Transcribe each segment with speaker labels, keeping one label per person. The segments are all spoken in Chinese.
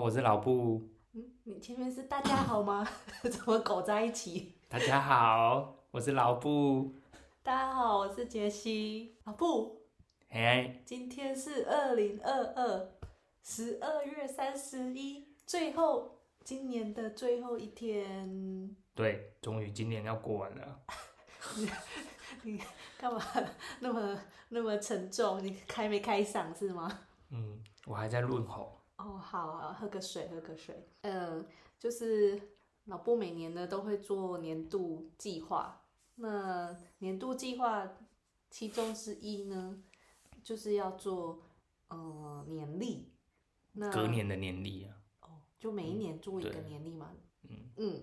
Speaker 1: 我是老布，
Speaker 2: 嗯，你前面是大家好吗？ 怎么搞在一起？
Speaker 1: 大家好，我是老布。
Speaker 2: 大家好，我是杰西。啊不，
Speaker 1: 嘿，
Speaker 2: 今天是二零二二十二月三十一，最后今年的最后一天，
Speaker 1: 对，终于今年要过完了。
Speaker 2: 干嘛 那么那么沉重？你开没开嗓是吗？
Speaker 1: 嗯，我还在润喉。
Speaker 2: 哦，好好，喝个水，喝个水。嗯，就是老布每年呢都会做年度计划，那年度计划其中之一呢，就是要做呃年历，那
Speaker 1: 隔年的年历啊，
Speaker 2: 哦，就每一年做一个
Speaker 1: 对
Speaker 2: 年历嘛。
Speaker 1: 嗯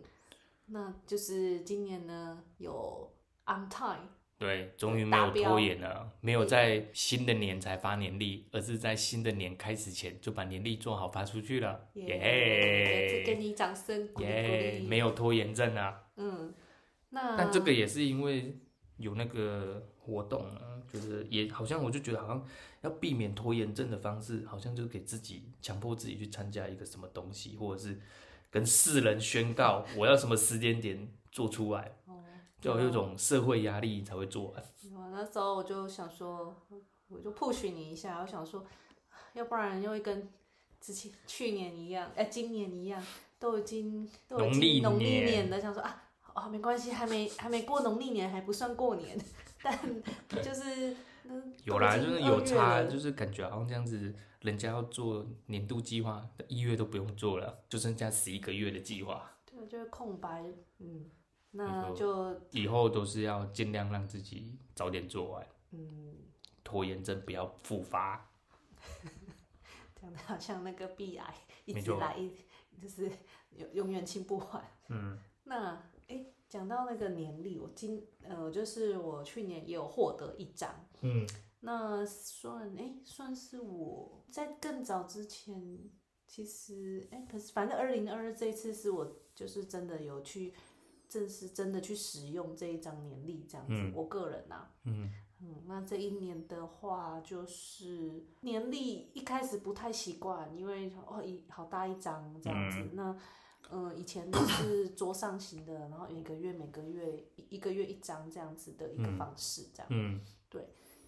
Speaker 2: 那就是今年呢有 on time，
Speaker 1: 对，终于没有
Speaker 2: 达标
Speaker 1: 拖延了，没有在新的年才发年历，而是在新的年开始前就把年历做好发出去了。
Speaker 2: 给给
Speaker 1: 耶！
Speaker 2: 你掌声鼓励
Speaker 1: 耶，
Speaker 2: 鼓励。
Speaker 1: 没有拖延症啊。
Speaker 2: 嗯，那
Speaker 1: 但这个也是因为有那个活动啊，就是也好像我就觉得好像要避免拖延症的方式，好像就是给自己强迫自己去参加一个什么东西，或者是跟世人宣告我要什么时间点做出来，
Speaker 2: 哦
Speaker 1: 就要有一种社会压力才会做完。
Speaker 2: 我那时候我就想说，我就 push 你一下，我想说，要不然又会跟之前去年一样，哎、今年一样，都已经都已
Speaker 1: 农历
Speaker 2: 经农历
Speaker 1: 年
Speaker 2: 年了，想说啊，哦，没关系，还没还没过农历年，还不算过年， 但就是嗯
Speaker 1: 有啦，
Speaker 2: 都已
Speaker 1: 就
Speaker 2: 经
Speaker 1: 是有
Speaker 2: 二月
Speaker 1: 差，
Speaker 2: 了
Speaker 1: 就是感觉好像这样子，人家要做年度计划，一月都不用做了，就剩下十一个月的计划，
Speaker 2: 对，就是空白，嗯，
Speaker 1: 没
Speaker 2: 那
Speaker 1: 错
Speaker 2: 就
Speaker 1: 以后都是要尽量让自己早点做完。
Speaker 2: 嗯，
Speaker 1: 拖延症不要复发。
Speaker 2: 讲的好像那个鼻癌一
Speaker 1: 没
Speaker 2: 直
Speaker 1: 错
Speaker 2: 来，一就是永永远清不完。
Speaker 1: 嗯，
Speaker 2: 那诶，讲到那个年历，我今呃，就是我去年也有获得一张，
Speaker 1: 嗯，
Speaker 2: 那算诶，算是我在更早之前，其实诶，可是反正二零二二这一次是我就是真的有去正式真的去使用这一张年历这样子，
Speaker 1: 嗯
Speaker 2: 我个人啊，
Speaker 1: 嗯
Speaker 2: 嗯，那这一年的话，就是年历一开始不太习惯，因为哦一好大一张这样子。那嗯、呃以前都是桌上型的，然后每个月每个月一一个月一张这样子的一个
Speaker 1: 嗯
Speaker 2: 方式，这样。
Speaker 1: 嗯，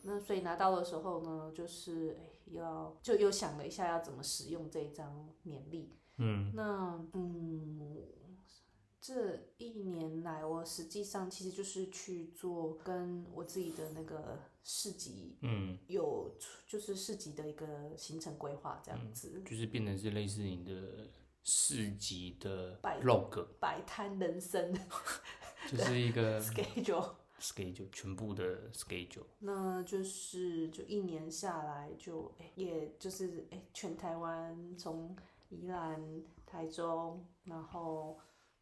Speaker 2: 那所以拿到的时候呢，就是哎要就又想了一下要怎么使用这一张年历。
Speaker 1: 嗯，
Speaker 2: 那嗯，这一年来，我实际上其实就是去做跟我自己的那个市集
Speaker 1: 嗯，
Speaker 2: 有出就是市集的一个行程规划这样子，
Speaker 1: 就是变成是类似你的市集的
Speaker 2: 摆
Speaker 1: log，
Speaker 2: 摆摊人生
Speaker 1: 就是一个
Speaker 2: schedule。
Speaker 1: schedule 全部的 schedule。
Speaker 2: 那就是就一年下来就，哎也就是哎、全台湾从宜兰、台中，然后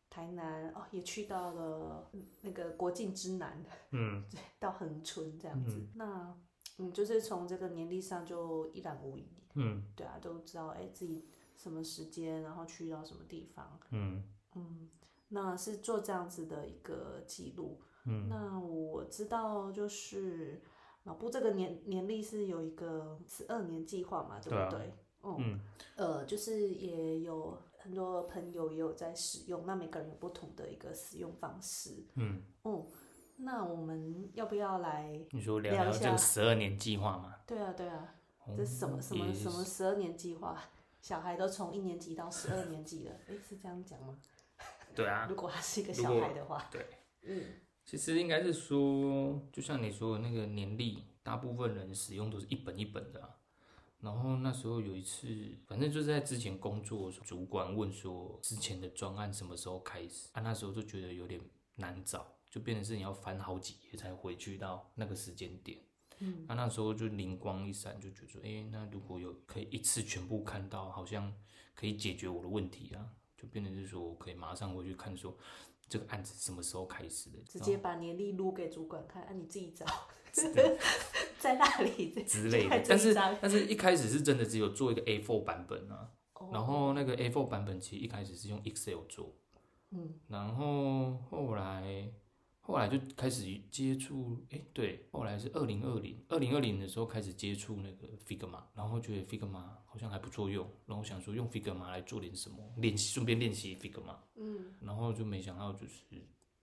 Speaker 2: 台南哦，也去到了嗯那个国境之南，
Speaker 1: 嗯，
Speaker 2: 到恒春这样子。那嗯，就是从这个年历上就一览无遗，
Speaker 1: 嗯
Speaker 2: 对啊，都知道哎、自己什么时间，然后去到什么地方。
Speaker 1: 嗯
Speaker 2: 嗯，那是做这样子的一个记录。嗯，那我知道就是老布这个年年历是有一个十二年计划嘛，对
Speaker 1: 对啊
Speaker 2: 不对？
Speaker 1: 嗯
Speaker 2: 呃，就是也有很多朋友也有在使用，那每个人有不同的一个使用方式。
Speaker 1: 嗯，
Speaker 2: 哦、那我们要不要来？
Speaker 1: 你说聊
Speaker 2: 聊一
Speaker 1: 聊这个
Speaker 2: 下
Speaker 1: 十二年计划嘛？
Speaker 2: 对啊，对啊，这是什么什
Speaker 1: 哦也
Speaker 2: 么
Speaker 1: 是
Speaker 2: 什么十二年计划？小孩都从一年级到十二年级了，诶，是这样讲吗？
Speaker 1: 对啊，
Speaker 2: 如果他是一个
Speaker 1: 如
Speaker 2: 小
Speaker 1: 果
Speaker 2: 孩的话，
Speaker 1: 对，
Speaker 2: 嗯。
Speaker 1: 其实应该是说，就像你说的那个年历，大部分人使用都是一本一本的啊、然后那时候有一次，反正就是在之前工作的时候，主管问说之前的专案什么时候开始啊？那时候就觉得有点难找，就变成是你要翻好几页才回去到那个时间点。嗯，那、那时候就灵光一闪，就觉得说，诶，那如果有可以一次全部看到，好像可以解决我的问题啊，就变成是说我可以马上回去看说这个案子什么时候开始的，
Speaker 2: 直接把年历撸给主管看，啊，你自 己找， 在那里
Speaker 1: 之类的。但是但是一开始是真的只有做一个 A4 版本啊，
Speaker 2: 哦
Speaker 1: 然后那个 A4 版本其实一开始是用 Excel 做，嗯，然后后来后来就开始接触，哎，对，后来是二零二零，二零二零的时候开始接触那个 Figma，然后觉得 Figma 好像还不错用，然后想说用 Figma 来做点什么，练习顺便练习 Figma，
Speaker 2: 嗯，
Speaker 1: 然后就没想到就是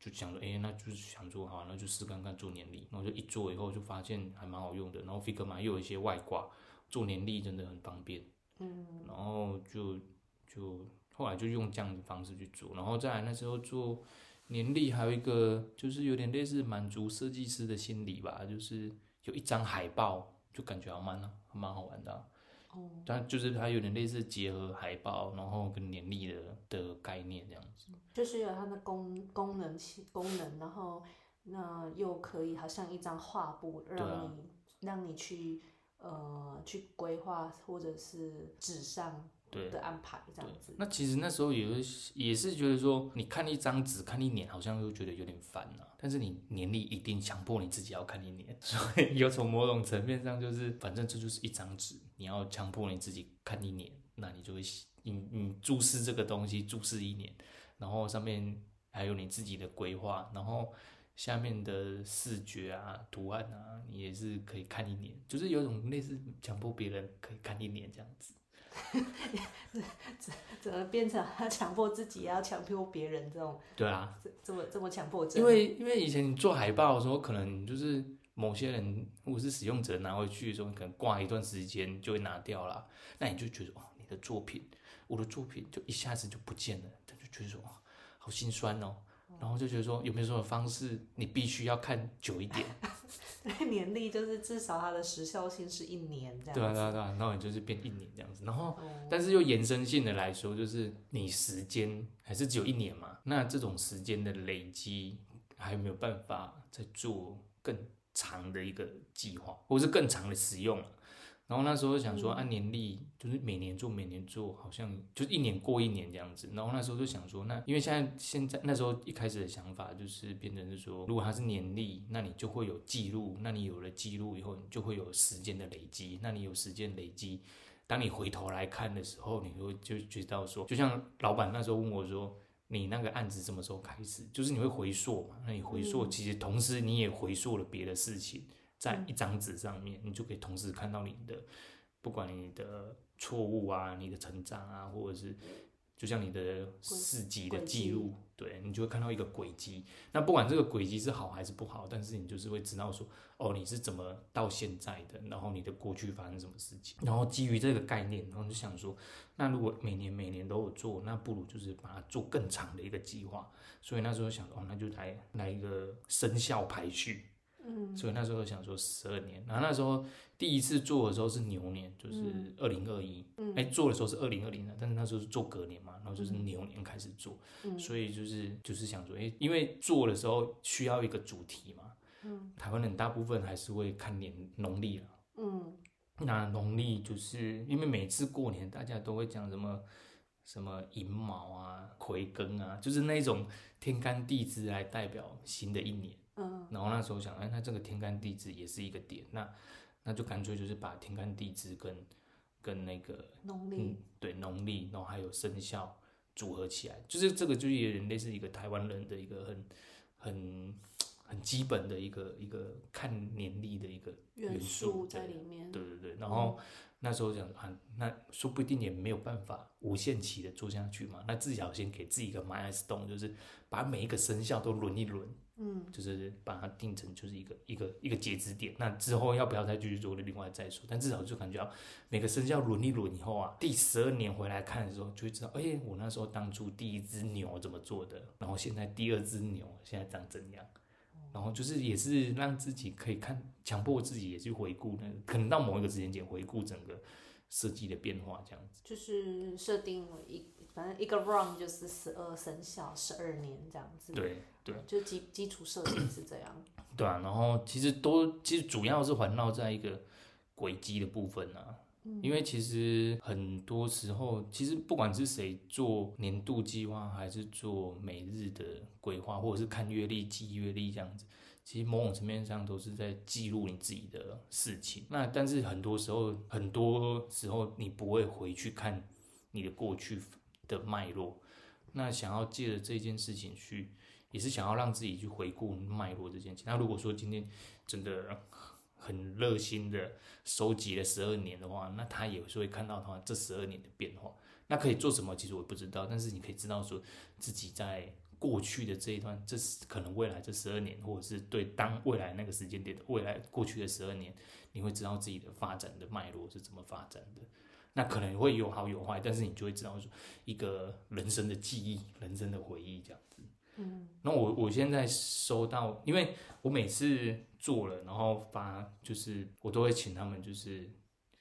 Speaker 1: 就想说，哎，那就是想做好，那就试看看做年历，然后就一做以后就发现还蛮好用的，然后 Figma 又有一些外挂，做年历真的很方便，嗯，然后就就后来就用这样的方式去做，然后再来那时候做年历还有一个就是有点类似满足设计师的心理吧，就是有一张海报就感觉还蛮还蛮好玩的啊、
Speaker 2: 哦，
Speaker 1: 但就是它有点类似结合海报，然后跟年历的的概念这样子。
Speaker 2: 就是有它的功功能性功能，然后那又可以好像一张画布，
Speaker 1: 啊
Speaker 2: 让你、让你去呃去规划或者是纸上
Speaker 1: 对
Speaker 2: 的安排这样子。
Speaker 1: 那其实那时候也是也是觉得说，你看一张纸看一年，好像又觉得有点烦了、但是你年历一定强迫你自己要看一年，所以有从某种层面上就是，反正这就是一张纸，你要强迫你自己看一年，那你就会喜你你注视这个东西注视一年，然后上面还有你自己的规划，然后。下面的视觉啊、图案啊，你也是可以看一年，就是有一种类似强迫别人可以看一年这样子。
Speaker 2: 怎么变成他强迫自己，也要强迫别人这种
Speaker 1: 对啊，
Speaker 2: 这这么这么强迫症？
Speaker 1: 因为因为以前你做海报的时候，可能就是某些人或者是使用者拿回去的时候，你可能挂一段时间就会拿掉啦。那你就觉得哦，你的作品，我的作品就一下子就不见了，他就觉得说哦，好心酸哦。然后就觉得说有没有什么方式，你必须要看久一点，
Speaker 2: 对年历就是至少它的时效性是一年这样子。
Speaker 1: 对啊对啊对啊，然后你就是变一年这样子，然后
Speaker 2: 哦
Speaker 1: 但是又延伸性的来说，就是你时间还是只有一年嘛，那这种时间的累积还没有办法再做更长的一个计划，或是更长的使用了。然后那时候想说，按、年历就是每年做，每年做，好像就是一年过一年这样子。然后那时候就想说，那因为现在现在那时候一开始的想法就是变成是说，如果它是年历，那你就会有记录，那你有了记录以后，你就会有时间的累积，那你有时间累积，当你回头来看的时候，你会就觉到说，就像老板那时候问我说，你那个案子什么时候开始？就是你会回溯嘛？那你回溯，其实同时你也回溯了别的事情，
Speaker 2: 嗯
Speaker 1: 在一张纸上面，你就可以同时看到你的，不管你的错误啊、你的成长啊，或者是就像你的事迹的
Speaker 2: 轨迹
Speaker 1: 记录，对你就会看到一个轨迹。那不管这个轨迹是好还是不好，但是你就是会知道说，哦，你是怎么到现在的，然后你的过去发生什么事情，然后基于这个概念，然后就想说，那如果每年每年都有做，那不如就是把它做更长的一个计划。所以那时候想说，哦，那就来来一个生效排序。嗯，所以那时候想说十二年，然后那时候第一次做的时候是牛年，就是二零二一，哎，做的时候是二零二零的，但是那时候是做隔年嘛，然后就是牛年开始做，所以就是就是想说，哎，因为做的时候需要一个主题嘛，嗯，台湾人大部分还是会看年农历了，
Speaker 2: 嗯，
Speaker 1: 那农历就是因为每次过年大家都会讲什么什么寅卯啊、癸庚啊，就是那种天干地支来代表新的一年。嗯，然后那时候想，哎，那这个天干地支也是一个点，那那就干脆就是把天干地支跟跟那个
Speaker 2: 农历
Speaker 1: 嗯，对，农历，然后还有生肖组合起来，就是这个就是有点类似一个台湾人的一个很很很基本的一个一个看年历的一个
Speaker 2: 元素
Speaker 1: 素
Speaker 2: 在
Speaker 1: 对
Speaker 2: 里面。
Speaker 1: 对对对，然后那时候想啊，那说不定也没有办法无限期的做下去嘛，那至少先给自己一个 milestone，就是把每一个生肖都轮一轮，嗯，就是把它定成就是一个一个一个截止点。那之后要不要再继续做，另外再说。但至少就感觉到每个生肖轮一轮以后啊，第十二年回来看的时候，就会知道，哎、我那时候当初第一只牛怎么做的，然后现在第二只牛现在长怎样。然后就是也是让自己可以看，强迫自己也去回顾那个，可能到某一个时间点回顾整个设计的变化这样子。
Speaker 2: 就是设定为一，反正一个 round 就是十二生肖，十二年这样子。，
Speaker 1: 对对
Speaker 2: 就基基础设定是这样。
Speaker 1: 对啊，然后其实都其实主要是环绕在一个轨迹的部分啊，因为其实很多时候，其实不管是谁做年度计划，还是做每日的规划，或者是看月历、记月历这样子，其实某种层面上都是在记录你自己的事情。那但是很多时候，很多时候你不会回去看你的过去的脉络，那想要借着这件事情去也是想要让自己去回顾脉络这件事情。那如果说今天真的很热心的收集了十二年的话，那他也是会看到他这十二年的变化。那可以做什么？其实我不知道，但是你可以知道说自己在过去的这一段，这是可能未来这十二年，或者是对当未来那个时间点的未来过去的十二年，你会知道自己的发展的脉络是怎么发展的。那可能会有好有坏，但是你就会知道说一个人生的记忆、人生的回忆这样子。嗯，那我我现在收到，因为我每次做了，然后发，就是我都会请他们就是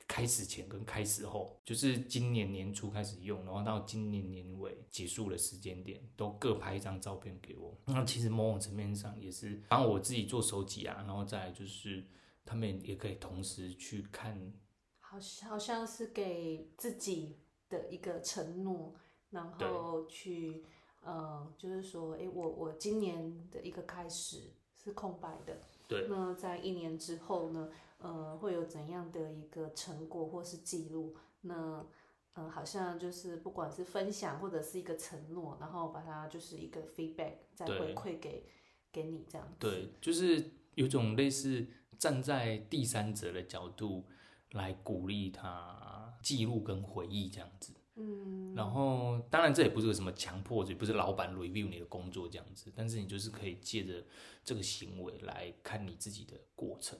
Speaker 1: 开始前跟开始后，就是今年年初开始用，然后到今年年尾结束的时间点，都各拍一张照片给我。那其实某种层面上也是帮我自己做收集啊，然后再来就是他们也可以同时去看
Speaker 2: 好像好像是给自己的一个承诺，然后去呃，就是说，诶，我我今年的一个开始是空白的，
Speaker 1: 对
Speaker 2: 那在一年之后呢，呃，会有怎样的一个成果或是记录？那呃，好像就是不管是分享或者是一个承诺，然后把它就是一个 feedback 再回
Speaker 1: 对
Speaker 2: 馈给给你这样子。
Speaker 1: 对，就是有种类似站在第三者的角度来鼓励他记录跟回忆这样子。嗯，然后当然这也不是个什么强迫，也不是老板 review 你的工作这样子，但是你就是可以借着这个行为来看你自己的过程。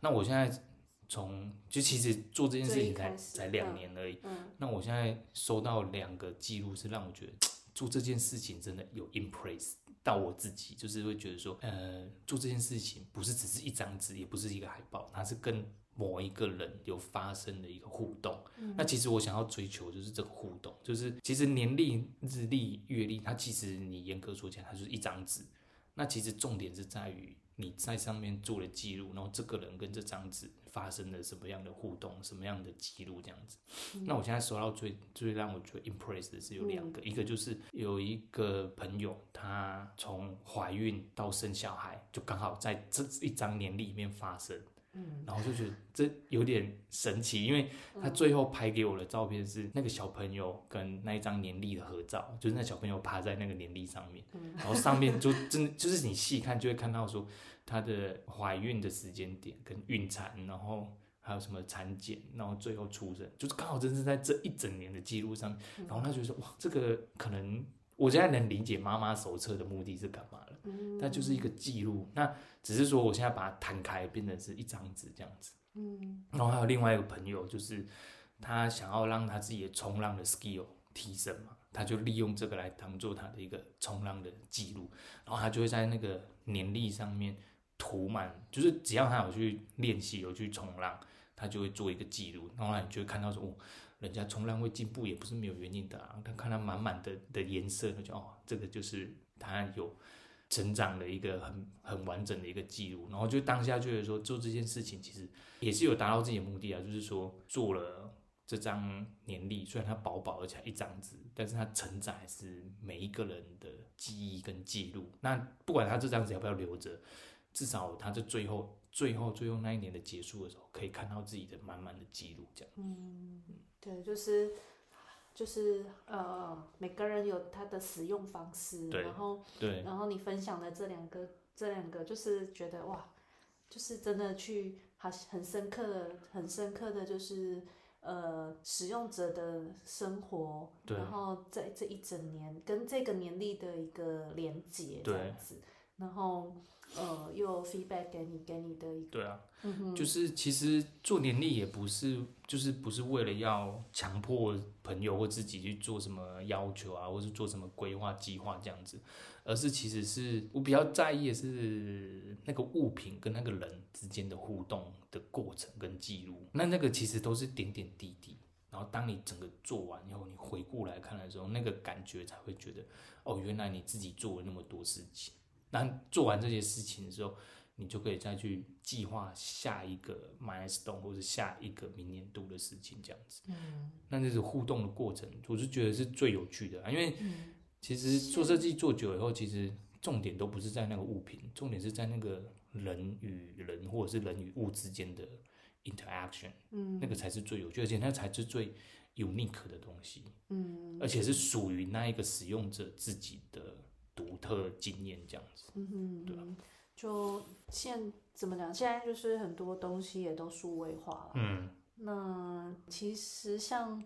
Speaker 1: 那我现在从就其实做这件事
Speaker 2: 最
Speaker 1: 情
Speaker 2: 一
Speaker 1: 才
Speaker 2: 开始
Speaker 1: 才两
Speaker 2: 嗯
Speaker 1: 年而已，
Speaker 2: 嗯，
Speaker 1: 那我现在收到两个记录，是让我觉得做这件事情真的有 impress 到我自己，就是会觉得说，呃，做这件事情不是只是一张纸，也不是一个海报，它是跟某一个人有发生的一个互动。那其实我想要追求就是这个互动，就是其实年历、日历、月历，它其实你严格说起来，它就是一张纸。那其实重点是在于你在上面做了记录，然后这个人跟这张纸发生了什么样的互动，什么样的记录这样子。那我现在收到最最让我觉得 impressed 的是有两个，一个就是有一个朋友，她从怀孕到生小孩，就刚好在这一张年历里面发生。嗯，然后就觉得这有点神奇，因为他最后拍给我的照片是那个小朋友跟那一张年历的合照，就是那小朋友趴在那个年历上面，然后上面就真的就是你细看就会看到说她的怀孕的时间点跟孕产，然后还有什么产检，然后最后出生，就是刚好真是在这一整年的记录上面。然后他就说：“哇，这个可能我现在能理解妈妈手册的目的是干嘛了，它就是一个记录。那只是说我现在把它摊开，变成是一张纸这样子。嗯，然后还有另外一个朋友，就是他想要让他自己的冲浪的 skill 提升嘛，他就利用这个来当做他的一个冲浪的记录，然后他就会在那个年历上面涂满，就是只要他有去练习，有去冲浪，他就会做一个记录，然后你就会看到说，哦，人家冲浪会进步也不是没有原因的啊，他看他满满的的颜色，他就哦，这个就是他有。成长的一个很很完整的一个记录，然后就当下就觉得说做这件事情其实也是有达到自己的目的啊，就是说做了这张年历，虽然它薄薄而且一张纸，但是它承载是每一个人的记忆跟记录。那不管他这张纸要不要留着，至少他在最后、最后、最后那一年的结束的时候，可以看到自己的满满的记录，这样。
Speaker 2: 对，就是就是呃，每个人有他的使用方式，
Speaker 1: 对
Speaker 2: 然后
Speaker 1: 对
Speaker 2: 然后你分享的这两个，这两个就是觉得哇，就是真的去好很深刻的、很深刻的，就是呃使用者的生活，
Speaker 1: 对
Speaker 2: 然后在这一整年跟这个年历的一个连接这
Speaker 1: 对
Speaker 2: 样子，然后呃又 feedback 给你给你的一个嗯
Speaker 1: 对啊，就是其实做年历也不是，就是不是为了要强迫朋友或自己去做什么要求啊，或是做什么规划计划这样子，而是其实是我比较在意的是那个物品跟那个人之间的互动的过程跟记录，那那个其实都是点点滴滴。然后当你整个做完以后，你回顾来看的时候，那个感觉才会觉得，哦，原来你自己做了那么多事情。那做完这些事情的时候，你就可以再去计划下一个 milestone 或者下一个明年度的事情，这样子。嗯，那这是互动的过程，我是觉得是最有趣的、啊，因为其实做设计做久以后，其实重点都不是在那个物品，重点是在那个人与人或者是人与物之间的 interaction，嗯，那个才是最有趣，而且那才是最 unique 的东西，嗯，而且是属于那一个使用者自己的独特的经验这样子。
Speaker 2: 嗯
Speaker 1: 对啊
Speaker 2: 哼，就现怎么讲？现在就是很多东西也都数位化了。
Speaker 1: 嗯
Speaker 2: 那其实像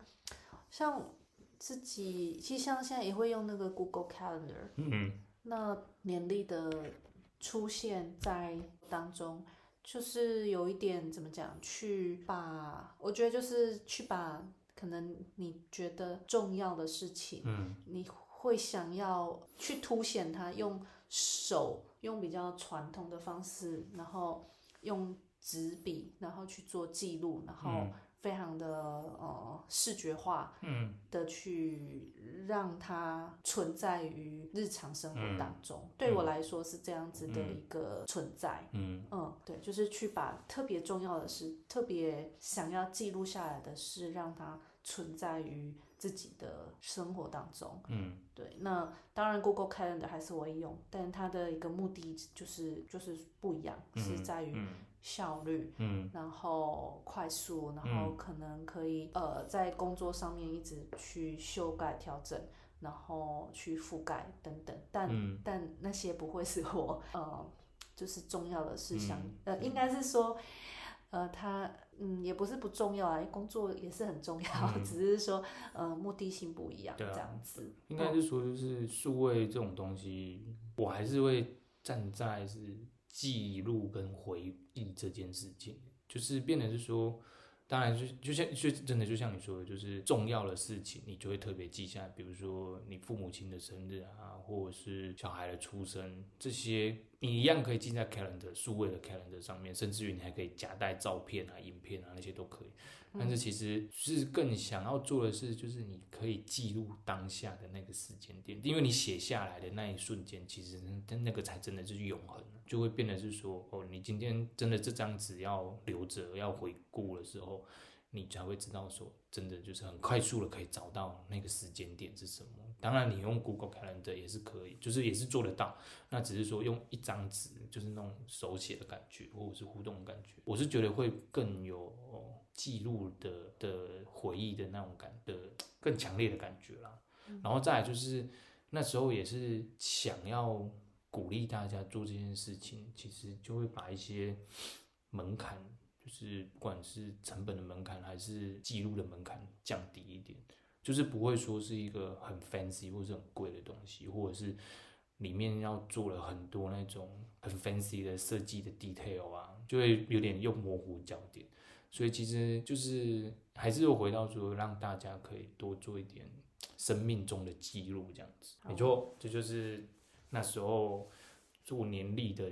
Speaker 2: 像自己，其实像现在也会用那个 Google Calendar。
Speaker 1: 嗯
Speaker 2: 那年历的出现在当中，就是有一点怎么讲，去把我觉得就是去把可能你觉得重要的事情，
Speaker 1: 嗯，
Speaker 2: 你会想要去凸显它，用手用比较传统的方式，然后用纸笔，然后去做记录，然后
Speaker 1: 嗯
Speaker 2: 非常的呃视觉化，
Speaker 1: 嗯，
Speaker 2: 的去让它存在于日常生活当中。对我来说是这样子的一个存在。
Speaker 1: 嗯
Speaker 2: 嗯，对，就是去把特别重要的事、特别想要记录下来的事，让它存在于自己的生活当中。
Speaker 1: 嗯
Speaker 2: 对，那当然 Google Calendar 还是我会用，但它的一个目的就是就是不一样，是在于
Speaker 1: 嗯
Speaker 2: 效率，
Speaker 1: 嗯
Speaker 2: 然后快速，然后可能可以、呃在工作上面一直去修改调整，然后去覆盖等等，但、
Speaker 1: 嗯
Speaker 2: 但那些不会是我 呃就是重要的事项，
Speaker 1: 嗯
Speaker 2: 呃应该是说呃它嗯也不是不重要啊，工作也是很重要，只是说呃目的性不一样、
Speaker 1: 嗯对啊
Speaker 2: 这样子，
Speaker 1: 应该是说就是数位这种东西，我还是会站在是记录跟回忆这件事情，就是变得是说。当然就，就像就真的就像你说的，就是重要的事情，你就会特别记下来，比如说你父母亲的生日啊，或者是小孩的出生，这些你一样可以记在 calendar 数位的 calendar 上面，甚至于你还可以夹带照片啊、影片啊那些都可以。但是其实是更想要做的是，就是你可以记录当下的那个时间点，因为你写下来的那一瞬间，其实那那个才真的是永恒，啊就会变得是说，哦，你今天真的这张纸要留着，要回顾的时候，你才会知道说，真的就是很快速的可以找到那个时间点是什么。当然，你用 Google Calendar 也是可以，就是也是做得到，那只是说用一张纸，就是那种手写的感觉，或者是互动的感觉，我是觉得会更有哦记录的的回忆的那种感的更强烈的感觉啦。然后再来就是那时候也是想要鼓励大家做这件事情，其实就会把一些门槛，就是不管是成本的门槛还是记录的门槛降低一点，就是不会说是一个很 fancy 或是很贵的东西，或者是里面要做了很多那种很 fancy 的设计的 detail 啊，就会有点又模糊焦点。所以其实就是还是又回到说，让大家可以多做一点生命中的记录，这样子。
Speaker 2: 好
Speaker 1: 没错，这就是那时候做年历的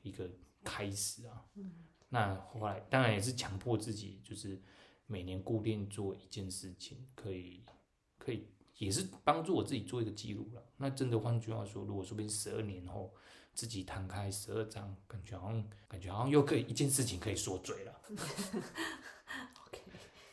Speaker 1: 一个开始啊。嗯，那后来当然也是强迫自己，就是每年固定做一件事情，可以可以也是帮助我自己做一个记录了。那真的换句话说，如果说不定十二年后自己摊开十二张，感觉好像感觉好像又可以一件事情可以说嘴了。
Speaker 2: OK，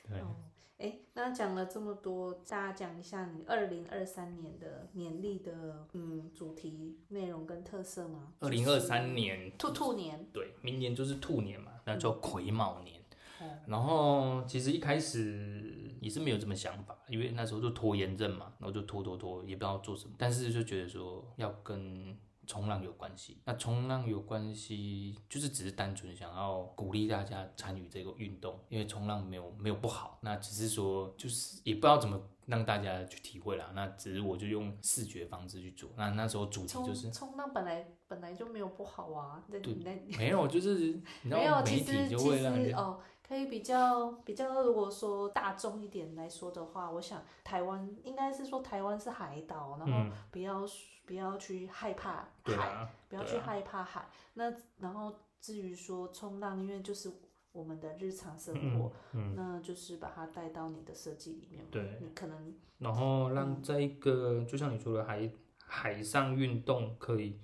Speaker 1: 对，
Speaker 2: 哦，哎，那讲了这么多，大家讲一下你二零二三年的年历的嗯主题内容跟特色吗？
Speaker 1: 二零二三年
Speaker 2: 兔兔年，
Speaker 1: 对，明年就是兔年嘛，那叫癸卯年。
Speaker 2: 嗯
Speaker 1: 然后其实一开始也是没有这么想法，因为那时候就拖延症嘛，然后就拖拖拖，也不知道做什么。但是就觉得说要跟冲浪有关系，那冲浪有关系就是只是单纯想要鼓励大家参与这个运动，因为冲浪没有没有不好，那只是说就是也不知道怎么让大家去体会啦。那只是我就用视觉方式去做。那那时候主题
Speaker 2: 冲
Speaker 1: 就是
Speaker 2: 冲浪本来本来就没有不好啊，那
Speaker 1: 对
Speaker 2: 你那
Speaker 1: 没有，就是你知
Speaker 2: 没有
Speaker 1: 道
Speaker 2: 其
Speaker 1: 媒
Speaker 2: 实
Speaker 1: 体就
Speaker 2: 其
Speaker 1: 会让人
Speaker 2: 实
Speaker 1: 家
Speaker 2: 哦，可以比较比较，如果说大众一点来说的话，我想台湾应该是说台湾是海岛，然后
Speaker 1: 嗯
Speaker 2: 不要、不要去害怕
Speaker 1: 对
Speaker 2: 海，
Speaker 1: 啊，
Speaker 2: 不要
Speaker 1: 对
Speaker 2: 去
Speaker 1: 啊
Speaker 2: 害怕海。那然后至于说冲浪，因为就是我们的日常生
Speaker 1: 嗯
Speaker 2: 活，那就是把它带到你的设计里面嘛。
Speaker 1: 对
Speaker 2: 你可能
Speaker 1: 然后让这一个就像你说的海海上运动可以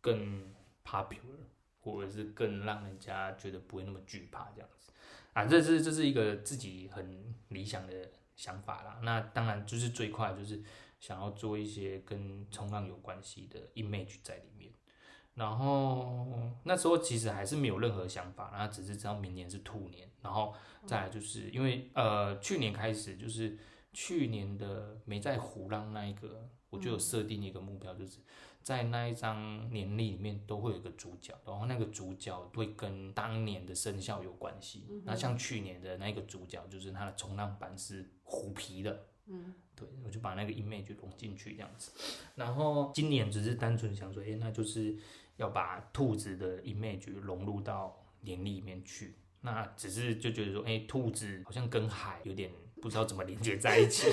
Speaker 1: 更 popular，或者是更让人家觉得不会那么惧怕这样子啊，这是这是一个自己很理想的想法啦。那当然就是最快就是想要做一些跟冲浪有关系的 image 在里面。然后那时候其实还是没有任何想法，然后只是知道明年是兔年，然后再来就是因为呃去年开始就是去年的没在虎浪那一个，我就有设定一个目标，就是在那一张年历里面都会有一个主角，然后那个主角会跟当年的生肖有关系。那、像去年的那个主角，就是他的冲浪板是虎皮的。嗯，对，我就把那个 image 融进去这样子。然后今年只是单纯想说，诶，那就是要把兔子的 image 融入到年历里面去。那只是就觉得说，诶，兔子好像跟海有点不知道怎么连接在一起。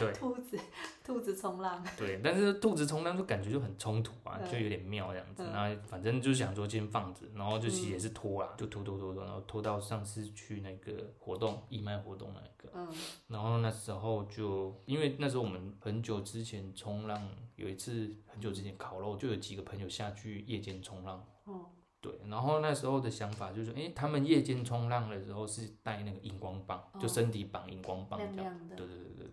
Speaker 1: 对
Speaker 2: 兔子，兔子冲浪，
Speaker 1: 对，但是兔子冲浪就感觉就很冲突啊，
Speaker 2: 嗯嗯
Speaker 1: 就有点妙这样子。那、反正就想说先放着，然后就其实也是拖啦，就拖拖拖拖，然后拖到上次去那个活动义卖活动那个，
Speaker 2: 嗯
Speaker 1: 然后那时候就因为那时候我们很久之前冲浪，有一次很久之前烤肉，就有几个朋友下去夜间冲浪。
Speaker 2: 哦，
Speaker 1: 对，然后那时候的想法就是，哎、他们夜间冲浪的时候是带那个荧光棒，就
Speaker 2: 哦
Speaker 1: 身体绑荧光棒
Speaker 2: 亮
Speaker 1: 这样。
Speaker 2: 亮的，
Speaker 1: 对对对对对。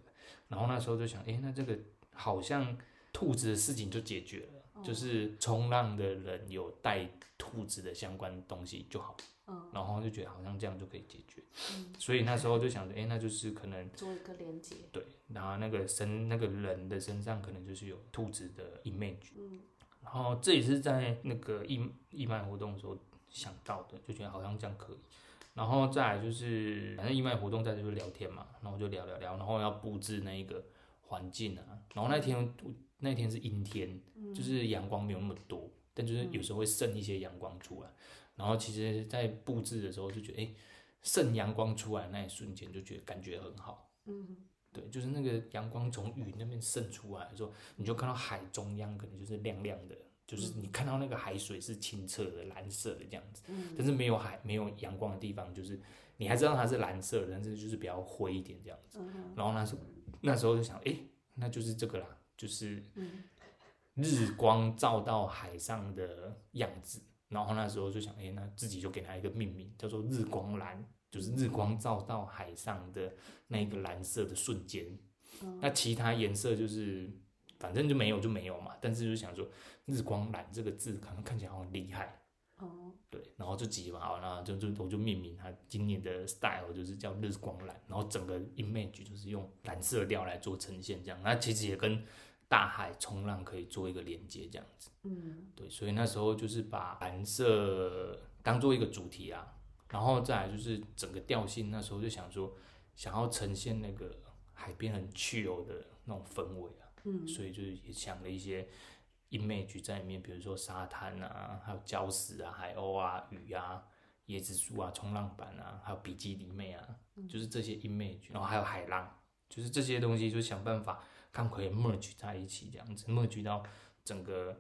Speaker 1: 然后那时候就想，哎、那这个好像兔子的事情就解决了，
Speaker 2: 哦
Speaker 1: 就是冲浪的人有带兔子的相关东西就好，
Speaker 2: 嗯，
Speaker 1: 然后就觉得好像这样就可以解决。所以那时候就想着，哎、那就是可能。
Speaker 2: 做一个连接，
Speaker 1: 对，然后那个身那个人的身上可能就是有兔子的 image，
Speaker 2: 嗯
Speaker 1: 然后这也是在那个义义卖活动的时候想到的，就觉得好像这样可以。然后再来就是，反正义卖活动在这就是聊天嘛，然后就聊聊聊，然后要布置那一个环境啊。然后那天那天是阴天，就是阳光没有那么多，但就是有时候会剩一些阳光出来。然后其实，在布置的时候就觉得，哎，剩阳光出来那一瞬间就觉得感觉很好。
Speaker 2: 嗯，
Speaker 1: 对，就是那个阳光从云那边渗出来的时候，你就看到海中央可能就是亮亮的，就是你看到那个海水是清澈的、蓝色的这样子。但是没有海、没有阳光的地方，就是你还知道它是蓝色的，但是就是比较灰一点这样子。然后那时候那时候就想，诶，那就是这个啦，就是日光照到海上的样子。然后那时候就想，诶，那自己就给它一个命名，叫做日光蓝，就是日光照到海上的那个蓝色的瞬间。那其他颜色就是反正就没有就没有嘛，但是就想说日光蓝这个字好像看起来好像很厉害，
Speaker 2: 哦，
Speaker 1: 对，然后就急嘛，好，那就就我就命名它今年的 style 就是叫日光蓝，然后整个 image 就是用蓝色调来做呈现，这样，那其实也跟大海冲浪可以做一个连接，这样子，
Speaker 2: 嗯
Speaker 1: 对，所以那时候就是把蓝色当做一个主题啊，然后再来就是整个调性，那时候就想说想要呈现那个海边很 chill 的那种氛围啊，
Speaker 2: 嗯
Speaker 1: 所以就是也想了一些 image 在里面，比如说沙滩啊，还有礁石啊、海鸥啊、鱼啊、椰子树啊、冲浪板啊，还有比基尼妹啊，就是这些 image，然后还有海浪，就是这些东西就想办法看可以 merge 在一起，这样子 merge 到整个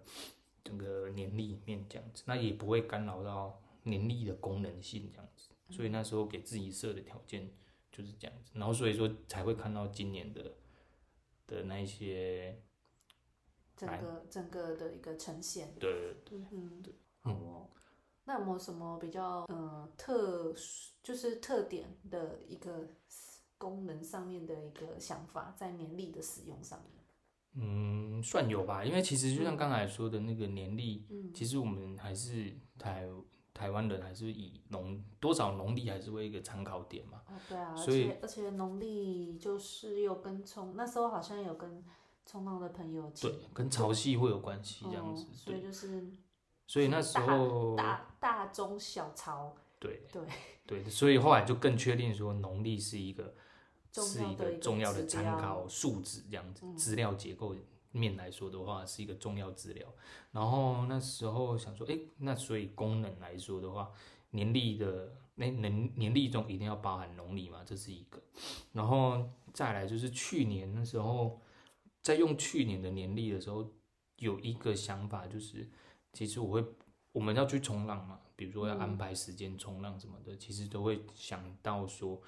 Speaker 1: 整个年历里面这样子，那也不会干扰到年历的功能性这样子。所以那时候给自己设的条件就是这样子，然后所以说才会看到今年的的那一些
Speaker 2: 整个整个的一个呈现，
Speaker 1: 对，
Speaker 2: 嗯，好哦。那有没有什么比较呃特殊，就是特点的一个功能上面的一个想法，在年历的使用上面？
Speaker 1: 嗯，算有吧，因为其实就像刚才说的那个年历，
Speaker 2: 嗯
Speaker 1: 其实我们还是台台湾人还是以农多少农历还是会一个参考点嘛。
Speaker 2: 哦，对啊，而
Speaker 1: 所以
Speaker 2: 且而且农历就是有跟冲，那时候好像有跟冲浪的朋友
Speaker 1: 对
Speaker 2: 请，
Speaker 1: 跟潮汐会有关系这样
Speaker 2: 哦
Speaker 1: 子，，
Speaker 2: 所以
Speaker 1: 对，
Speaker 2: 就是
Speaker 1: 所以那时候
Speaker 2: 大大中小潮
Speaker 1: 对
Speaker 2: 对
Speaker 1: 对，所以后来就更确定说农历是一个
Speaker 2: 重
Speaker 1: 是
Speaker 2: 要
Speaker 1: 一
Speaker 2: 的
Speaker 1: 个
Speaker 2: 一个嗯
Speaker 1: 重要的
Speaker 2: 指
Speaker 1: 参
Speaker 2: 标
Speaker 1: 考数值这样子，资料结构面来说的话是一个重要资料。然后那时候想说，哎，那所以功能来说的话，年历的那年年历中一定要包含农历嘛，这是一个。然后再来就是去年那时候，在用去年的年历的时候，有一个想法就是，其实我会我们要去冲浪嘛，比如说要安排时间冲浪什么的，其实都会想到说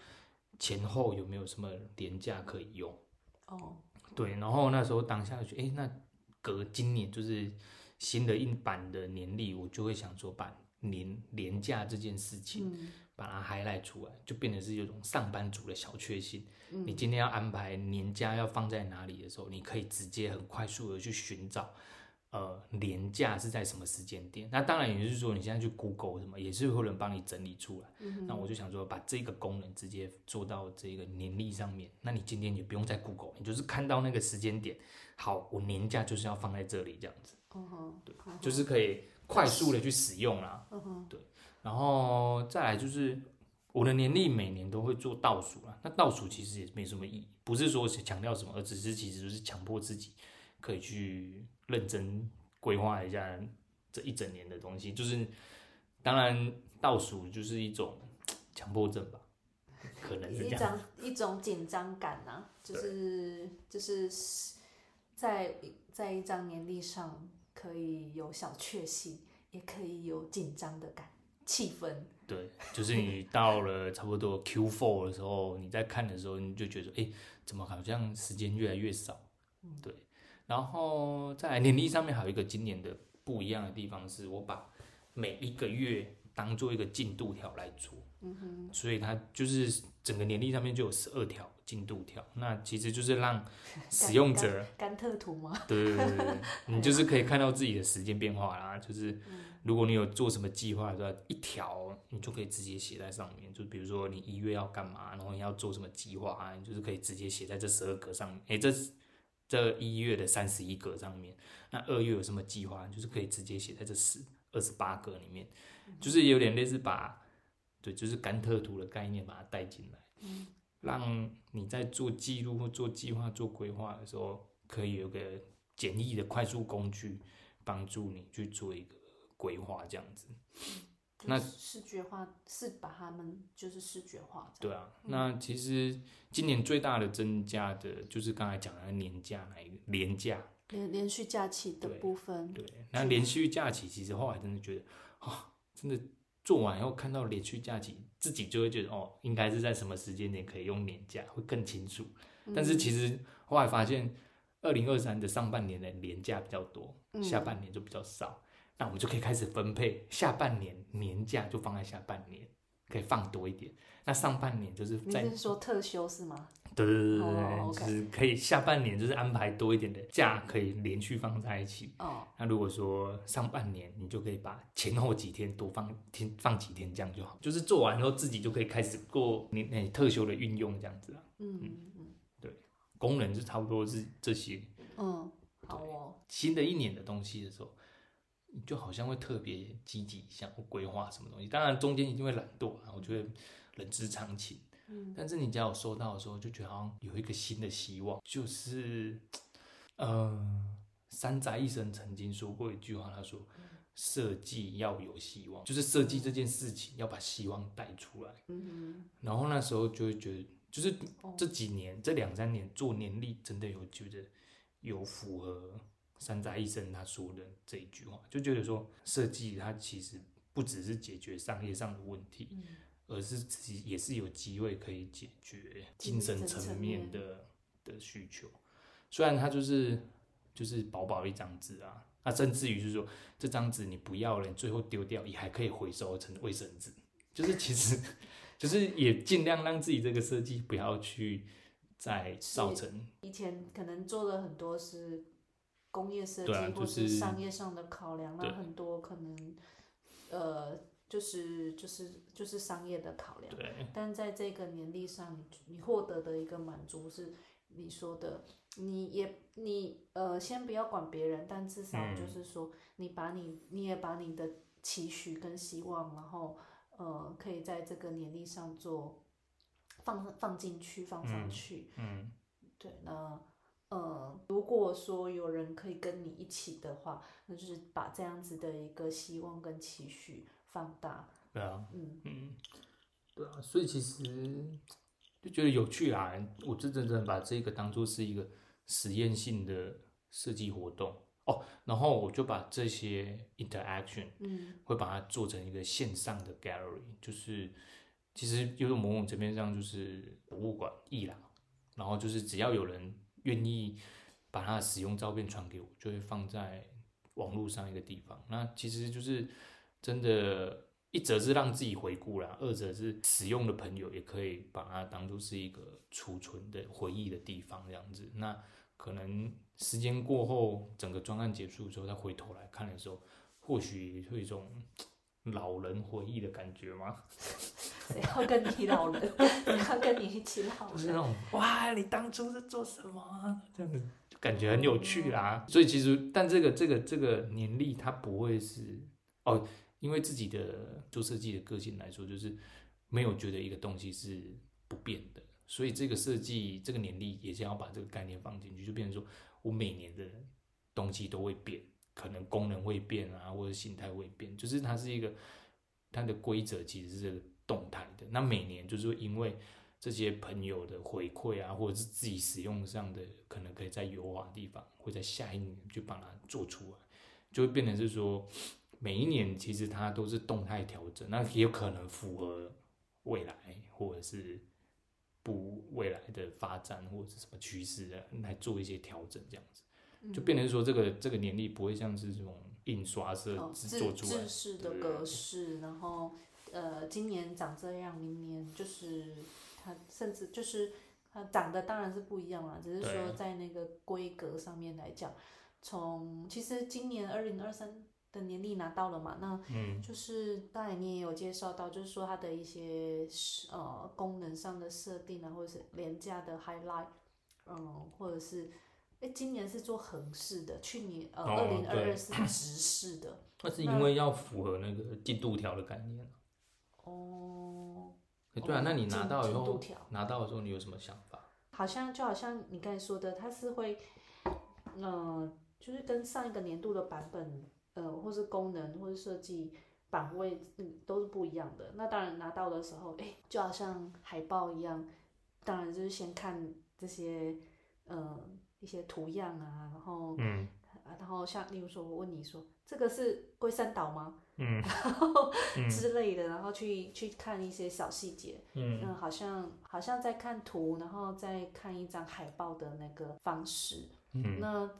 Speaker 1: 前后有没有什么廉价可以用。
Speaker 2: 哦，
Speaker 1: 对，然后那时候当下就觉得，哎，那隔今年就是新的一版的年历，我就会想说把年廉价这件事情。
Speaker 2: 嗯
Speaker 1: 把它 highlight 出来，就变成是有种上班族的小确幸。你今天要安排年假要放在哪里的时候，你可以直接很快速的去寻找呃廉价是在什么时间点。那当然也就是说，你现在去 Google 什么，也是会有人帮你整理出来。那我就想说，把这个功能直接做到这个年历上面，那你今天也不用再 Google，你就是看到那个时间点，好，我年假就是要放在这里这样子，
Speaker 2: 哦，对，
Speaker 1: 就是可以快速的去使用啦。
Speaker 2: 嗯哼，
Speaker 1: 然后再来就是我的年历每年都会做倒数啊，那倒数其实也没什么意义，不是说强调什么，而只是其实就是强迫自己可以去认真规划一下这一整年的东西。就是当然倒数就是一种强迫症吧，可能是
Speaker 2: 一
Speaker 1: 这样。
Speaker 2: 种一种紧张感啊，就是就是在在一张年历上可以有小确幸，也可以有紧张的感气氛。
Speaker 1: 对，就是你到了差不多 Q four 的时候，你在看的时候，你就觉得，哎、怎么好像时间越来越少？对，然后再来年历上面还有一个今年的不一样的地方是，我把每一个月当做一个进度条来做，嗯哼，所以它就是整个年历上面就有十二条进度条，那其实就是 让使用者
Speaker 2: 甘特图吗？
Speaker 1: 对对对对对，你就是可以看到自己的时间变化啦。就是如果你有做什么计划的话，一条你就可以直接写在上面。就比如说你一月要干嘛，然后你要做什么计划啊，你就是可以直接写在这十二格上面。哎、这这一月的三十一格上面，那二月有什么计划，你就是可以直接写在这十二十八格里面，就是有点类似把对，就是甘特图的概念把它带进来，让你在做记录或做计划、做规划的时候，可以有个简易的快速工具，帮助你去做一个规划，这样子。那
Speaker 2: 就是视觉化是把它们就是视觉化这
Speaker 1: 对
Speaker 2: 样。
Speaker 1: 啊，那其实今年最大的增加的就是刚才讲的年假那一个年假，
Speaker 2: 连连续假期的
Speaker 1: 对
Speaker 2: 部分，
Speaker 1: 对，那连续假期其实后来真的觉得啊、真的做完以后看到连续假期，自己就会觉得哦，应该是在什么时间点可以用年假，会更清楚。
Speaker 2: 嗯
Speaker 1: 但是其实后来发现，二零二三的上半年的年假比较多，
Speaker 2: 嗯
Speaker 1: 下半年就比较少。那我们就可以开始分配下半年年假，就放在下半年，可以放多一点。那上半年就是
Speaker 2: 你
Speaker 1: 在
Speaker 2: 是说特休是吗？
Speaker 1: 对对对对
Speaker 2: 哦
Speaker 1: 对，
Speaker 2: ，OK
Speaker 1: 就是可以下半年就是安排多一点的假，可以连续放在一起。
Speaker 2: 哦，
Speaker 1: 那如果说上半年，你就可以把前后几天多放天放几天，这样就好。就是做完之后，自己就可以开始过你那、特休的运用，这样子啊。
Speaker 2: 嗯嗯
Speaker 1: 功能就差不多是这些。
Speaker 2: 嗯，好哦，
Speaker 1: 新的一年的东西的时候，你就好像会特别积极，想要规划什么东西。当然中间一定会懒惰啊，我觉得人之常情。
Speaker 2: 嗯，
Speaker 1: 但是你只要有收到的时候，就觉得好像有一个新的希望，就是，呃，山宅一生曾经说过一句话，他说。设计要有希望，就是设计这件事情要把希望带出来。
Speaker 2: 嗯
Speaker 1: 然后那时候就会觉得，就是
Speaker 2: 哦
Speaker 1: 这几年这两三年做年历，真的有觉得有符合山楂医生他说的这一句话，就觉得说设计它其实不只是解决商业上的问题，
Speaker 2: 嗯
Speaker 1: 而是其实也是有机会可以解决精神层面的的需求。虽然它就是就是薄薄一张纸啊，那甚至于就是说这张纸你不要了，你最后丢掉也还可以回收成卫生纸，就是其实 就是也尽量让自己这个设计不要去再造成
Speaker 2: 以前可能做了很多是工业设计、
Speaker 1: 对啊
Speaker 2: 或
Speaker 1: 就是是
Speaker 2: 商业上的考量，那
Speaker 1: 对
Speaker 2: 很多可能呃就是就是就是商业的考量。
Speaker 1: 对
Speaker 2: 但在这个年历上，你你获得的一个满足是你说的，你也你呃，先不要管别人，但至少就是说，你把你你也把你的期许跟希望，然后呃，可以在这个年历上做放放进去，放上去。
Speaker 1: 嗯
Speaker 2: 对，那呃，如果说有人可以跟你一起的话，那就是把这样子的一个希望跟期许放大。
Speaker 1: 对啊
Speaker 2: 嗯，
Speaker 1: 嗯对啊，所以其实就觉得有趣啦。我真真正把这个当做是一个实验性的设计活动哦，然后我就把这些 interaction
Speaker 2: 嗯
Speaker 1: 会把它做成一个线上的 gallery，就是其实有种某种层面上就是博物馆艺廊，然后就是只要有人愿意把他的使用照片传给我，就会放在网络上一个地方。那其实就是真的，一则是让自己回顾啦，二则是使用的朋友也可以把它当做是一个储存的回忆的地方这样子。那可能时间过后，整个专案结束之后，再回头来看的时候，或许会有一种嘖老人回忆的感觉嘛，
Speaker 2: 谁要跟你老人？ 谁要跟你一起老
Speaker 1: 就是那
Speaker 2: 人？
Speaker 1: 种哇，你当初是做什么啊这样子，就感觉很有趣啦。所以其实，但这个这个这个年历它不会是哦，因为自己的做设计的个性来说，就是没有觉得一个东西是不变的。所以这个设计，这个年历也是要把这个概念放进去，就变成说我每年的东西都会变，可能功能会变啊，或者形态会变，就是它是一个它的规则其实是动态的。那每年就是因为这些朋友的回馈啊，或者是自己使用上的，可能可以在优化的地方，会在下一年去把它做出来，就会变成是说每一年其实它都是动态调整，那也有可能符合未来或者是。不未来的发展或者是什么趋势啊，来做一些调整，这样子。就变成说这个这个年历不会像是这种印刷社
Speaker 2: 哦
Speaker 1: 制
Speaker 2: 制
Speaker 1: 作出来
Speaker 2: 制，式的
Speaker 1: 对
Speaker 2: 格式，然后呃，今年长这样，明年就是它，甚至就是它长得当然是不一样啦，只是说
Speaker 1: 对
Speaker 2: 在那个规格上面来讲，从其实今年二零二三的年历拿到了嘛，那
Speaker 1: 嗯，
Speaker 2: 就是当然你也有介绍到，就是说它的一些是呃功能上的设定啊，或者是廉价的 highlight，嗯，或者是哎今年是做横式的，去年呃二
Speaker 1: 哦
Speaker 2: 零二二是直式的，
Speaker 1: 那是
Speaker 2: 嗯
Speaker 1: 因为要符合那个进度条的概念。啊
Speaker 2: 哦，
Speaker 1: 诶对啊，那你
Speaker 2: 进
Speaker 1: 拿到以
Speaker 2: 进度
Speaker 1: 后，
Speaker 2: 条
Speaker 1: 拿到的时候你有什么想法？
Speaker 2: 好像就好像你刚才说的，它是会，嗯、就是跟上一个年度的版本，呃，或是功能或是设计版位，嗯，都是不一样的。那当然拿到的时候，哎、就好像海报一样，当然就是先看这些，呃，一些图样啊，然后，
Speaker 1: 嗯
Speaker 2: 啊然后像例如说，我问你说这个是龟山岛吗？
Speaker 1: 嗯
Speaker 2: 然后
Speaker 1: 嗯
Speaker 2: 之类的，然后去去看一些小细节，
Speaker 1: 嗯
Speaker 2: 嗯，好像好像在看图，然后再看一张海报的那个方式。
Speaker 1: 嗯
Speaker 2: 那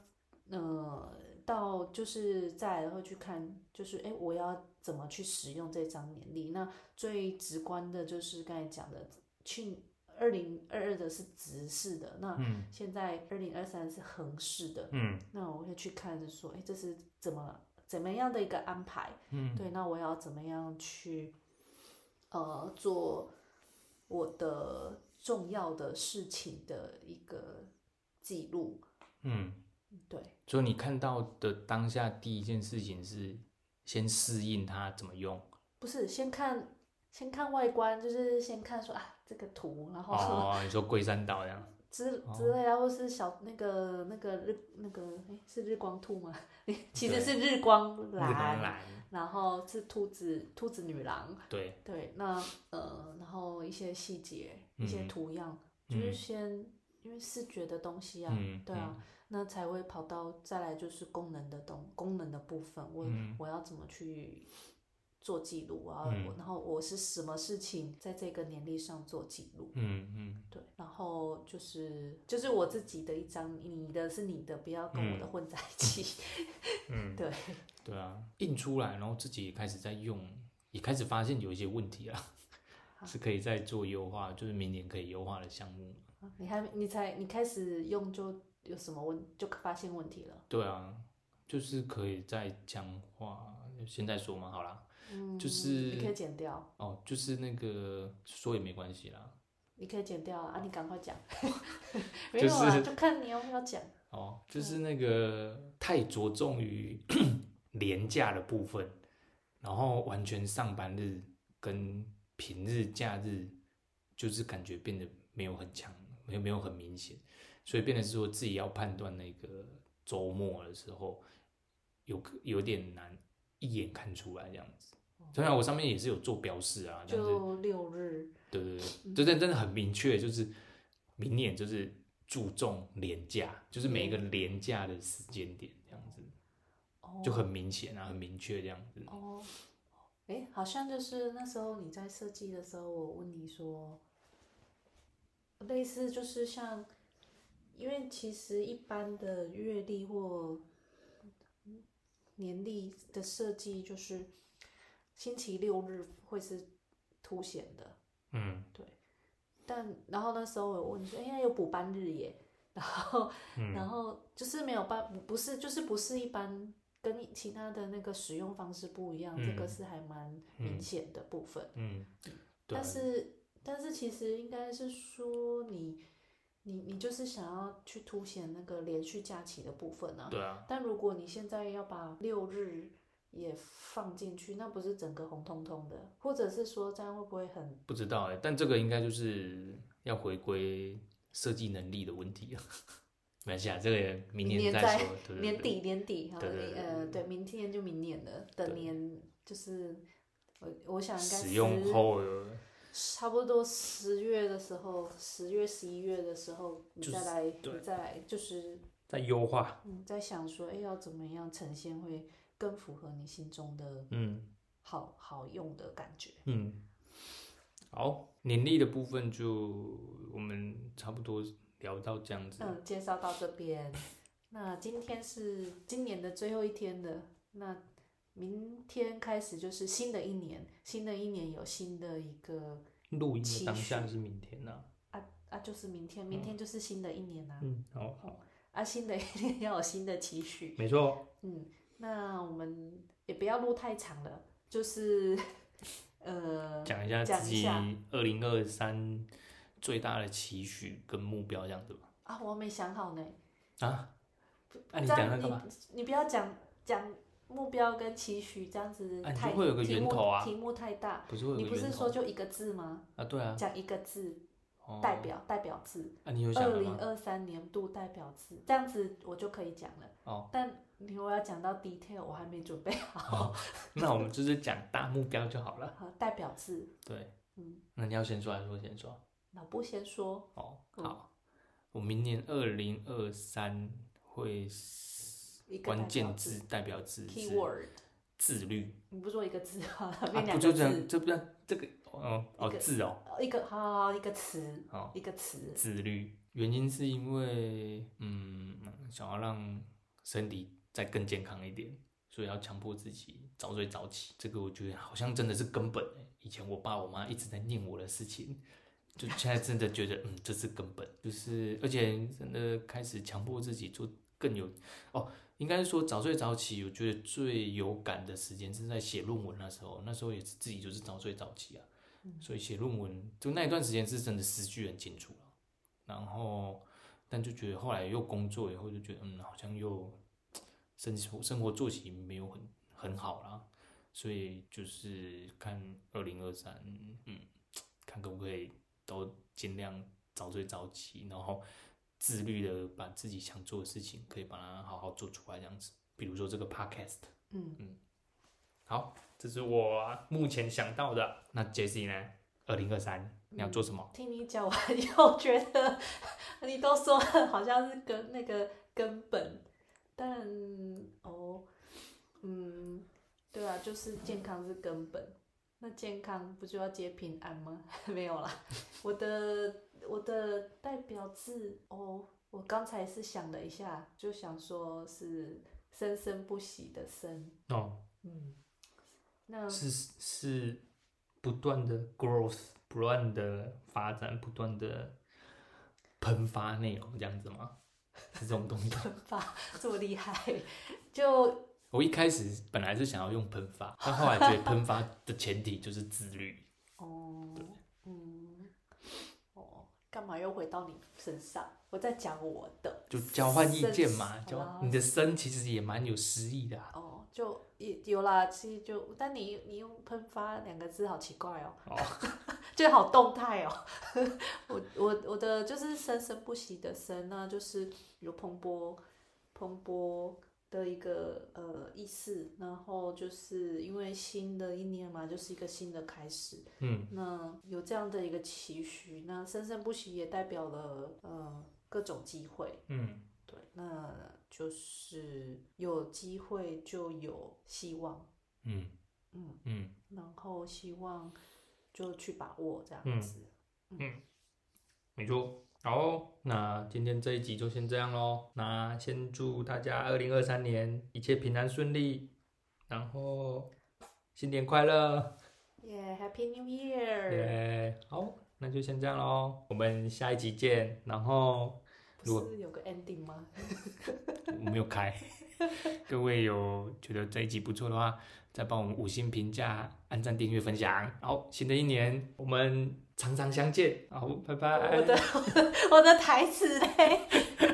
Speaker 2: 呃，到就是再来会去看，就是哎，诶我要怎么去使用这张年历？那最直观的就是刚才讲的，去二零二二的是直式的，那
Speaker 1: 嗯
Speaker 2: 现在二零二三是横式的。
Speaker 1: 嗯
Speaker 2: 那我会去看，就是说，哎，这是怎么怎么样的一个安排？
Speaker 1: 嗯，
Speaker 2: 对，那我要怎么样去，呃，做我的重要的事情的一个记录？
Speaker 1: 嗯，
Speaker 2: 对，
Speaker 1: 所以你看到的当下第一件事情是先适应它怎么用
Speaker 2: 不是先看先看外观，就是先看说啊这个图，然后什么
Speaker 1: 哦，你说龟山岛这样，
Speaker 2: 之
Speaker 1: 哦
Speaker 2: 之类啊，或是小那个那个日那个哎是日光兔吗？ 其实
Speaker 1: 对
Speaker 2: 是日光
Speaker 1: 日光
Speaker 2: 蓝，
Speaker 1: 蓝，
Speaker 2: 然后是兔子兔子女郎，
Speaker 1: 对，
Speaker 2: 对，那呃，然后一些细节、一些
Speaker 1: 嗯
Speaker 2: 图样，就是
Speaker 1: 嗯
Speaker 2: 先因为视觉的东西啊，
Speaker 1: 嗯，
Speaker 2: 对啊，那才会跑到再来就是功能的东功能的部分，我、
Speaker 1: 嗯
Speaker 2: 我要怎么去做记录啊？我
Speaker 1: 嗯
Speaker 2: 然后我是什么事情在这个年历上做记录？
Speaker 1: 嗯，嗯
Speaker 2: 对，然后就是就是我自己的一张，你的是你的，不要跟我的混在一起。
Speaker 1: 嗯嗯嗯，
Speaker 2: 对，
Speaker 1: 对啊，印出来，然后自己也开始在用，也开始发现有一些问题啊，是可以再做优化，就是明年可以优化的项目。
Speaker 2: 你还你才你开始用就有什么问就发现问题了。
Speaker 1: 对啊，就是可以再强化，现在说嘛，好啦，
Speaker 2: 嗯，
Speaker 1: 就是
Speaker 2: 你可以剪掉，
Speaker 1: 哦，就是那个说也没关系啦，
Speaker 2: 你可以剪掉啊！啊你赶快 讲，没
Speaker 1: 就
Speaker 2: 有啊，
Speaker 1: 是
Speaker 2: 就看你要不要 讲。
Speaker 1: 哦，就是那个太着重于 廉价的部分，然后完全上班日跟平日假日，就是感觉变得没有很强，没有没有很明显，所以变得是说自己要判断那个周末的时候，有有点难一眼看出来这样子。当然，我上面也是有做标示啊，但是
Speaker 2: 就六日，
Speaker 1: 对对对，就但真的很明确，就是明年就是注重廉价，就是每一个廉价的时间点这样子，
Speaker 2: 嗯哦
Speaker 1: 就很明显啊，很明确这样子。
Speaker 2: 哦，哎，好像就是那时候你在设计的时候，我问你说，类似就是像，因为其实一般的月历或嗯年历的设计，就是星期六日会是凸显的，
Speaker 1: 嗯
Speaker 2: 但然后那时候我问你说，哎、呀，有补班日耶， 然后、
Speaker 1: 嗯
Speaker 2: 然后就是没有办，不是就是不是一般跟其他的那个使用方式不一样，这个是还蛮明显的部分。
Speaker 1: 嗯，对啊
Speaker 2: 但，是但是其实应该是说你你你就是想要去凸显那个连续假期的部分啊。
Speaker 1: 对啊，
Speaker 2: 但如果你现在要把六日也放进去，那不是整个红彤彤的，或者是说这样会不会很
Speaker 1: 不知道哎、但这个应该就是要回归设计能力的问题了。 没关系啊，这个也明
Speaker 2: 明年
Speaker 1: 再说，对对对
Speaker 2: 年底年底，好，
Speaker 1: 对对对
Speaker 2: 呃，对，明天就明年了，等
Speaker 1: 对
Speaker 2: 年就是我我想应该
Speaker 1: 使用
Speaker 2: 十
Speaker 1: 后
Speaker 2: 差不多十月的时候，十月十一月的时候，你
Speaker 1: 就
Speaker 2: 再
Speaker 1: 是
Speaker 2: 来，
Speaker 1: 对
Speaker 2: 你再来，就是
Speaker 1: 再优化，
Speaker 2: 你在想说，哎，要怎么样呈现会更符合你心中的
Speaker 1: 嗯
Speaker 2: 好好用的感觉？
Speaker 1: 嗯，好，年历的部分就我们差不多聊到这样子，
Speaker 2: 嗯，介绍到这边，那今天是今年的最后一天了，那明天开始就是新的一年，新的一年有新的一个。
Speaker 1: 录音
Speaker 2: 期
Speaker 1: 的当下是明天呐、
Speaker 2: 啊啊，就是明天，明天就是新的一年呐、啊。
Speaker 1: 嗯，好，
Speaker 2: 啊，新的一年 要有新的期许。
Speaker 1: 没错，
Speaker 2: 嗯，那我们也不要录太长了，就是呃，
Speaker 1: 讲一下
Speaker 2: 讲
Speaker 1: 自
Speaker 2: 一
Speaker 1: 己
Speaker 2: 下
Speaker 1: 二零二三最大的期许跟目标这样子吧。
Speaker 2: 啊，我没想好呢。
Speaker 1: 啊，那、你
Speaker 2: 这
Speaker 1: 讲
Speaker 2: 样
Speaker 1: 那个嘛，
Speaker 2: 你你不要讲讲目标跟期许，这样子
Speaker 1: 啊你就
Speaker 2: 太、
Speaker 1: 会有个
Speaker 2: 题
Speaker 1: 源
Speaker 2: 目
Speaker 1: 头啊
Speaker 2: 题目太大。
Speaker 1: 不是会
Speaker 2: 你
Speaker 1: 有
Speaker 2: 不
Speaker 1: 个
Speaker 2: 是
Speaker 1: 源头
Speaker 2: 说就一个字吗？
Speaker 1: 啊？对啊，
Speaker 2: 讲一个字，
Speaker 1: 哦
Speaker 2: 代表代表字，
Speaker 1: 啊，你有想
Speaker 2: 二
Speaker 1: 了
Speaker 2: 零
Speaker 1: 吗？
Speaker 2: 二三年度代表字，这样子我就可以讲了。
Speaker 1: 哦，
Speaker 2: 但你如果要讲到 detail，我还没准备好。
Speaker 1: 哦那我们就是讲大目标就好了。
Speaker 2: 好，代表字，
Speaker 1: 对，
Speaker 2: 嗯，
Speaker 1: 那你要先说还是我先说？
Speaker 2: 老布先说，
Speaker 1: 哦，
Speaker 2: 嗯
Speaker 1: 好，我明年二零二三会
Speaker 2: 一个
Speaker 1: 关
Speaker 2: 代
Speaker 1: 键
Speaker 2: 表字
Speaker 1: 字代表字是
Speaker 2: keyword，
Speaker 1: 自律
Speaker 2: 你不说一个字吗？
Speaker 1: 啊，
Speaker 2: 变
Speaker 1: 不
Speaker 2: 两
Speaker 1: 就
Speaker 2: 个
Speaker 1: 这样？
Speaker 2: 字，
Speaker 1: 这不这样这个哦哦
Speaker 2: 一个
Speaker 1: 字哦
Speaker 2: 呃一个好好好一个词，
Speaker 1: 好
Speaker 2: 一个词，
Speaker 1: 自律，原因是因为嗯想要让身体再更健康一点。所以要强迫自己早睡早起，这个我觉得好像真的是根本欸、以前我爸我妈一直在念我的事情，就现在真的觉得， 嗯，这是根本，就是而且真的开始强迫自己做更有哦，应该是说早睡早起，我觉得最有感的时间是在写论文那时候，那时候也是自己就是早睡早起啊，所以写论文就那一段时间是真的思绪很清楚了、然后但就觉得后来又工作以后就觉得，嗯，好像又生活生活作息没有很很好啦，所以就是看二零二三，嗯，看可不可以都尽量早睡早起，然后自律的把自己想做的事情可以把它好好做出来，这样子。比如说这个 podcast，
Speaker 2: 嗯
Speaker 1: 嗯，好，这是我目前想到的。那 Jesse 呢？二零二三你要做什么？
Speaker 2: 听你讲完以后，觉得 你都说了好像是根那个根本，但哦，嗯，对啊，就是健康是根本。那健康不就要接平安吗？ 没有啦，我的我的代表字哦，我刚才是想了一下，就想说是生生不息的生，
Speaker 1: 哦，
Speaker 2: 嗯，那
Speaker 1: 是是不断的 growth，不断的发展，不断的喷发内容，这样子吗？ 是这种东西。
Speaker 2: 喷发这么厉害，就
Speaker 1: 我一开始本来是想要用喷发，但后来觉得喷发的前提就是自律。
Speaker 2: 哦，嗯，哦，干嘛又回到你身上？我在讲我的，
Speaker 1: 就交换意见嘛，
Speaker 2: 生
Speaker 1: 交
Speaker 2: 好啦
Speaker 1: 你的生其实也蛮有诗意的、啊。
Speaker 2: 哦，就也有啦，其实就，但你你用“喷发”两个字好奇怪哦，
Speaker 1: 哦
Speaker 2: 就好动态哦。 我我我的就是生生不息的生呢，就是有蓬勃蓬勃的一个呃意思，然后就是因为新的一年嘛，就是一个新的开始，
Speaker 1: 嗯，
Speaker 2: 那有这样的一个期许，那生生不息也代表了呃各种机会，
Speaker 1: 嗯，
Speaker 2: 对，那就是有机会就有希望，
Speaker 1: 嗯，
Speaker 2: 嗯
Speaker 1: 嗯，
Speaker 2: 然后希望就去把握这
Speaker 1: 嗯
Speaker 2: 样子。
Speaker 1: 没错。好哦，那今天这一集就先这样喽。那先祝大家二零二三年一切平安顺利，然后新年快乐！
Speaker 2: 耶、h a p p y New Year！
Speaker 1: 耶、好，那就先这样喽，我们下一集见。然后如果
Speaker 2: 不是有个 ending 吗？
Speaker 1: 我没有 开。各位有觉得这一集不错的话，再帮我们五星评价、按赞、订阅、分享。好，新的一年我们常常相见。好，拜
Speaker 2: 我
Speaker 1: 拜。
Speaker 2: 的我的台词嘞，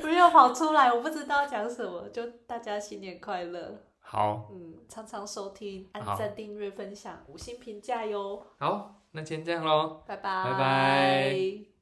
Speaker 2: 没有跑出来，我不知道讲什么。就大家新年快乐，
Speaker 1: 好
Speaker 2: 嗯，常常收听，
Speaker 1: 好
Speaker 2: 按赞、订阅、分享、五星评价哟，
Speaker 1: 好，那先这样喽。
Speaker 2: 拜拜，
Speaker 1: 拜拜。